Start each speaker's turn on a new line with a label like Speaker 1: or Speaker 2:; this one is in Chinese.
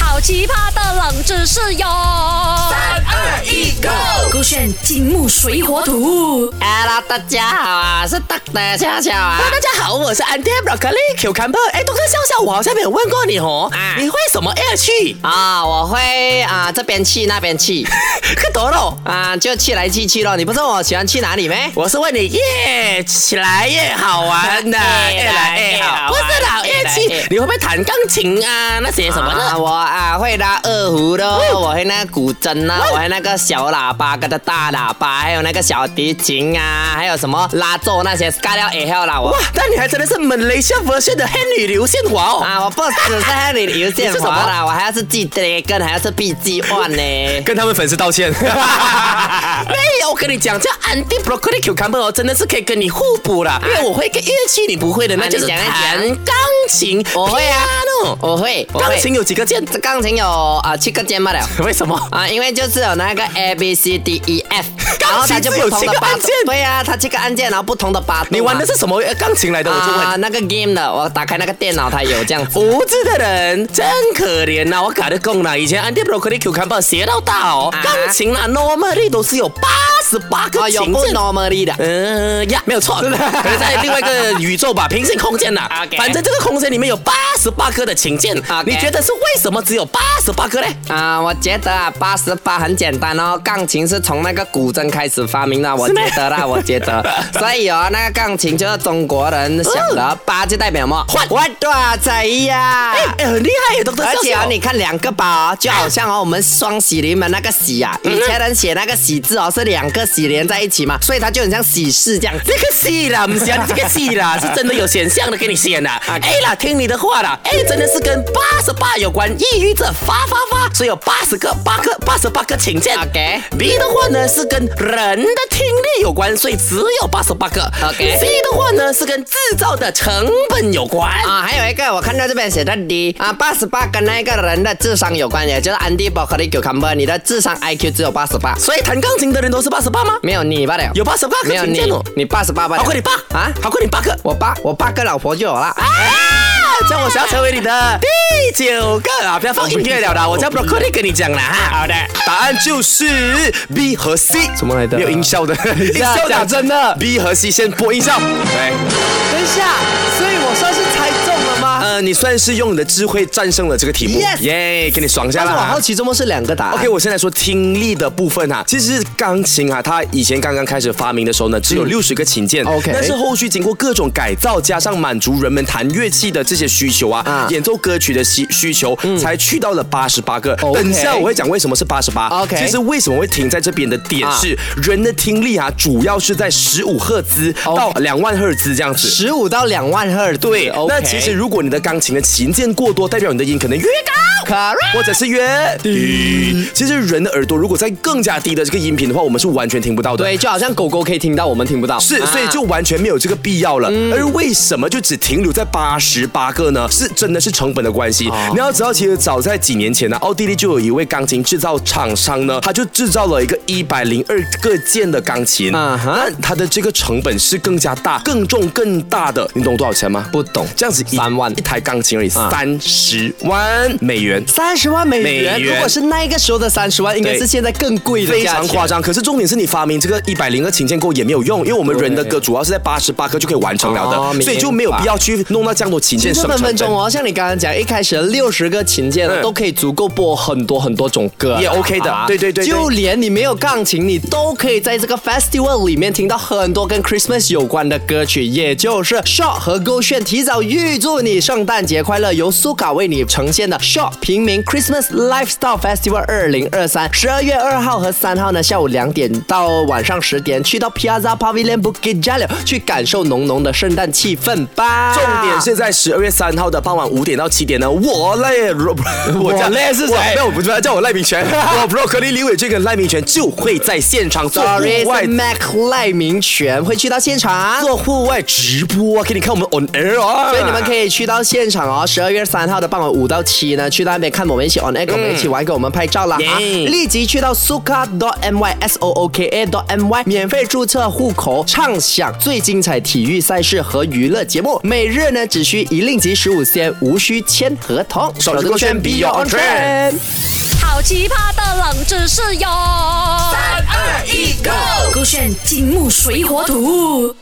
Speaker 1: 好奇葩的冷知识哟！三
Speaker 2: 二一，Go！
Speaker 1: 勾选金木水火土。
Speaker 2: Hello，大哎家好啊，是 Doctor 笑笑啊。
Speaker 3: 大家好，我是 Andy Broccoli Cucumber。哎，Doctor 笑笑，我好像没有问过你哦，
Speaker 2: 啊
Speaker 3: 你会什么 air 去？
Speaker 2: 啊、我会啊、这边去那边去
Speaker 3: 可多了。
Speaker 2: 啊、就去来去去咯。你不是问我喜欢去哪里咩？
Speaker 3: 我是问你，越起来越好玩啊的，
Speaker 2: 越
Speaker 3: 越
Speaker 2: 啊来
Speaker 3: 来
Speaker 2: 越
Speaker 3: 越
Speaker 2: 好玩
Speaker 3: 哎好，不是老
Speaker 2: 越
Speaker 3: 越
Speaker 2: 来
Speaker 3: 气
Speaker 2: 越，
Speaker 3: 你会不会弹钢琴啊？那些什么
Speaker 2: 啊，
Speaker 3: 的？
Speaker 2: 我啊会拉二胡的，我会那个古筝啊，
Speaker 3: 嗯
Speaker 2: 我会那个小喇叭跟着大喇叭，还有那个小提琴啊，还有什么拉奏那些，干掉也好啦我
Speaker 3: 哇。，那你还真的是 Malaysia version 的 Henry 刘宪华哦。
Speaker 2: 啊，我不只是和你刘宪
Speaker 3: 你是什
Speaker 2: 华
Speaker 3: 么
Speaker 2: 啦，我还要是 G Dragon，还要是 B G One 呢。
Speaker 3: 跟他们粉丝道歉。 没有，我跟你讲，叫 Andy Broccoli Cucumber 哦，真的是可以跟你互补啦。因为我会跟乐器，你不会的，那就是
Speaker 2: 啊你讲一
Speaker 3: 弹
Speaker 2: 讲
Speaker 3: 钢琴。
Speaker 2: 我会啊
Speaker 3: piano
Speaker 2: 我会，我
Speaker 3: 钢
Speaker 2: 会。
Speaker 3: 琴有几个键？
Speaker 2: 这钢琴有啊七个键罢了。
Speaker 3: 为什么？
Speaker 2: 啊，因为就是有那个 A B C D E F，然
Speaker 3: 钢
Speaker 2: 后
Speaker 3: 琴
Speaker 2: 它就
Speaker 3: 只
Speaker 2: 不
Speaker 3: 有
Speaker 2: 同
Speaker 3: 七
Speaker 2: 的
Speaker 3: 个
Speaker 2: 八
Speaker 3: 按
Speaker 2: 度
Speaker 3: 键。
Speaker 2: 对呀、它七个按键，然后不同的八度嘛。
Speaker 3: 你玩的是什么钢琴来的？我就
Speaker 2: 啊
Speaker 3: 问。
Speaker 2: 那个 game 的，我打开那个电脑，它有这样 子。
Speaker 3: 无知的人真可怜呐、我搞得供啦。以前 Andy Broccoli Cucumber 学到大哦，
Speaker 2: 啊
Speaker 3: 钢琴啊 normally 都是有八十八
Speaker 2: 哦，
Speaker 3: 个
Speaker 2: 有
Speaker 3: 琴
Speaker 2: 不
Speaker 3: 键
Speaker 2: normally 的。
Speaker 3: 嗯呀，没有错，可能在另外一个宇宙 吧，平行空间呐
Speaker 2: OK。
Speaker 3: 反正这个空间里面有八十八颗的琴键
Speaker 2: OK
Speaker 3: 你觉得是为什么只有八十八颗嘞？
Speaker 2: 啊，我觉得啊，八十八很简单哦。钢琴是从那个古筝开始发明的，我
Speaker 3: 是吗
Speaker 2: 觉 得啦，我觉得。所以哦，那个钢琴就是中国人想的，八就代表什么？
Speaker 3: 哦换
Speaker 2: 我多贼呀！
Speaker 3: 哎，哎很厉害耶，都得
Speaker 2: 啊而且啊，你看两个八、哦，就好像哦，我们双喜临门那个喜啊，
Speaker 3: 嗯
Speaker 2: 以前人写那个喜字哦，是两个喜连在一起嘛，所以它就很像喜事这样子。
Speaker 3: 这个戏啦，不是啊，你这个戏 啦，是真的有选项的给你选啦。哎啦，听你的话啦，哎，真的是跟八十八有关，抑郁症发发发，所以有八十个八个八十八个琴键。
Speaker 2: OK
Speaker 3: B 的话呢是跟人的听力有关，所以只有八十八个。
Speaker 2: OK
Speaker 3: C 的话呢是跟制造的成本有关。
Speaker 2: 啊，还有一个，我看到这边写的 D 啊，八十八跟那个人的智商有关，也就是 Andy b o c k l e y Cucumber，你的智商 IQ 只有八十八，
Speaker 3: 所以弹钢琴的人都是八十八吗？
Speaker 2: 没有你罢了，
Speaker 3: 有八十八个
Speaker 2: 没有
Speaker 3: 琴
Speaker 2: 你
Speaker 3: 键哦，，
Speaker 2: 你八十八罢了。
Speaker 3: 好过你八哎
Speaker 2: 啊
Speaker 3: 啊，好过你八个。
Speaker 2: 我八我八个老婆就有了。
Speaker 3: 啊！这样我想要成为你的第九个啊！不要放音乐了啦，我叫 Broccoli 跟你讲啦。好的，答案就是 B 和 C，怎么来的？没有音效的，音效
Speaker 4: 讲真
Speaker 3: 的。B 和 C 先播音效。对，
Speaker 4: 等一下，所以我算是猜中了吗？
Speaker 3: 呃，你算是用你的智慧战胜了这个题目
Speaker 4: Yes，
Speaker 3: 耶，给你爽下
Speaker 2: 但
Speaker 3: 啦。
Speaker 2: 是我好奇，这么是两个答案
Speaker 3: OK，我先来说听力的部分哈、其实钢琴啊，它以前刚刚开始发明的时候呢，只有六十个琴键。
Speaker 2: 嗯 OK
Speaker 3: 但是后续经过各种改造，加上满足人们弹乐器的这些需求啊，
Speaker 2: 啊嗯
Speaker 3: 演奏歌曲的需需求，才去到了八十八个。
Speaker 2: OK
Speaker 3: 等一下我会讲为什么是八十八。
Speaker 2: OK 啊
Speaker 3: 其实为什么会停在这边的点是，人的听力啊，主要是在十五赫兹到两万赫兹这样子。
Speaker 2: 十五到两万赫兹。
Speaker 3: 对
Speaker 2: OK
Speaker 3: 那其实如果你的钢琴的琴键过多，代表你的音可能越高
Speaker 2: Correct
Speaker 3: 或者是越低。其实人的耳朵如果在更加低的这个音频的话，我们是完全听不到的。啊
Speaker 2: 对，啊就好像狗狗可以听到，我们听不到。
Speaker 3: 是，所以就完全没有这个必要了。
Speaker 2: 嗯
Speaker 3: 而为什么就只停留在八十八个呢？是真的是成本的关系。
Speaker 2: 哦
Speaker 3: 你要知道，其实早在几年前呢，奥地利就有一位钢琴制造厂商呢，他就制造了一个一百零二个键的钢琴。
Speaker 2: 啊
Speaker 3: 啊
Speaker 2: 哈
Speaker 3: 哈，它的这个成本是更加大、更重、更大的。你懂多少钱吗？
Speaker 2: 不懂
Speaker 3: 这样子一
Speaker 2: 三万
Speaker 3: 一台钢琴而已，
Speaker 2: 啊
Speaker 3: 三十万美元。
Speaker 2: 三十万美元，
Speaker 3: 美元
Speaker 2: 如果是那个时候的三十万，应该
Speaker 3: 对
Speaker 2: 是现在更贵的
Speaker 3: 非
Speaker 2: 价
Speaker 3: 常
Speaker 2: 钱
Speaker 3: 夸张。可是重点是你发明这个一百零个琴键够也没有用，因为我们人的歌主要是在八十八颗就可以完成了的，
Speaker 2: 哦明白
Speaker 3: 所以就没有必要去弄到这样多琴键
Speaker 2: 其实
Speaker 3: 什么
Speaker 2: 分分
Speaker 3: 成
Speaker 2: 钟
Speaker 3: 本。
Speaker 2: 哦，像你刚刚讲，一开始六十个琴键
Speaker 3: 嗯
Speaker 2: 都可以足够播很多很多种歌，啊
Speaker 3: 也 OK 的对对对对
Speaker 2: 就连你没有钢琴，你都可以在这个 festival 里面听到很多跟 Christmas 有关的歌曲，也就是 Shot 和勾炫提早预祝你圣诞节快乐，由苏卡为你呈现的 Shot 平民 Christmas Lifestyle Festival 二零二三，十二月二号和三号呢，下午两点到晚上十点，去到 Piazza Pavilion Bukit Jalil 去感受浓浓的圣诞气氛吧。
Speaker 3: 重点是在十二月三号的傍晚五点到七点呢，我赖我我
Speaker 2: 赖是谁
Speaker 3: 我没有，不要叫我赖明 权，我 Broccoli 李伟俊跟赖明权就会在现场做
Speaker 2: Sorry，
Speaker 3: 户外
Speaker 2: 是 Mac 赖明权会去到现场。
Speaker 3: 做户外直播啊，给你看我们 on air 啊，
Speaker 2: 所以你们可以去到现场哦，十二月三号的傍晚五到七呢，去到那边看我们一起
Speaker 3: 嗯
Speaker 2: on air，跟我们一起玩，跟我们拍照啦啊！
Speaker 3: Yeah
Speaker 2: 立即去到 suka dot my s o o k a dot my 免费注册户口，畅享最精彩体育赛事和娱乐节目，每日呢只需一令吉十五仙，无需签合同，
Speaker 3: 手机勾选 Be Your Own Trend
Speaker 1: 好奇葩的冷知识哟！三
Speaker 4: 二一 go
Speaker 1: 勾选金木水火土。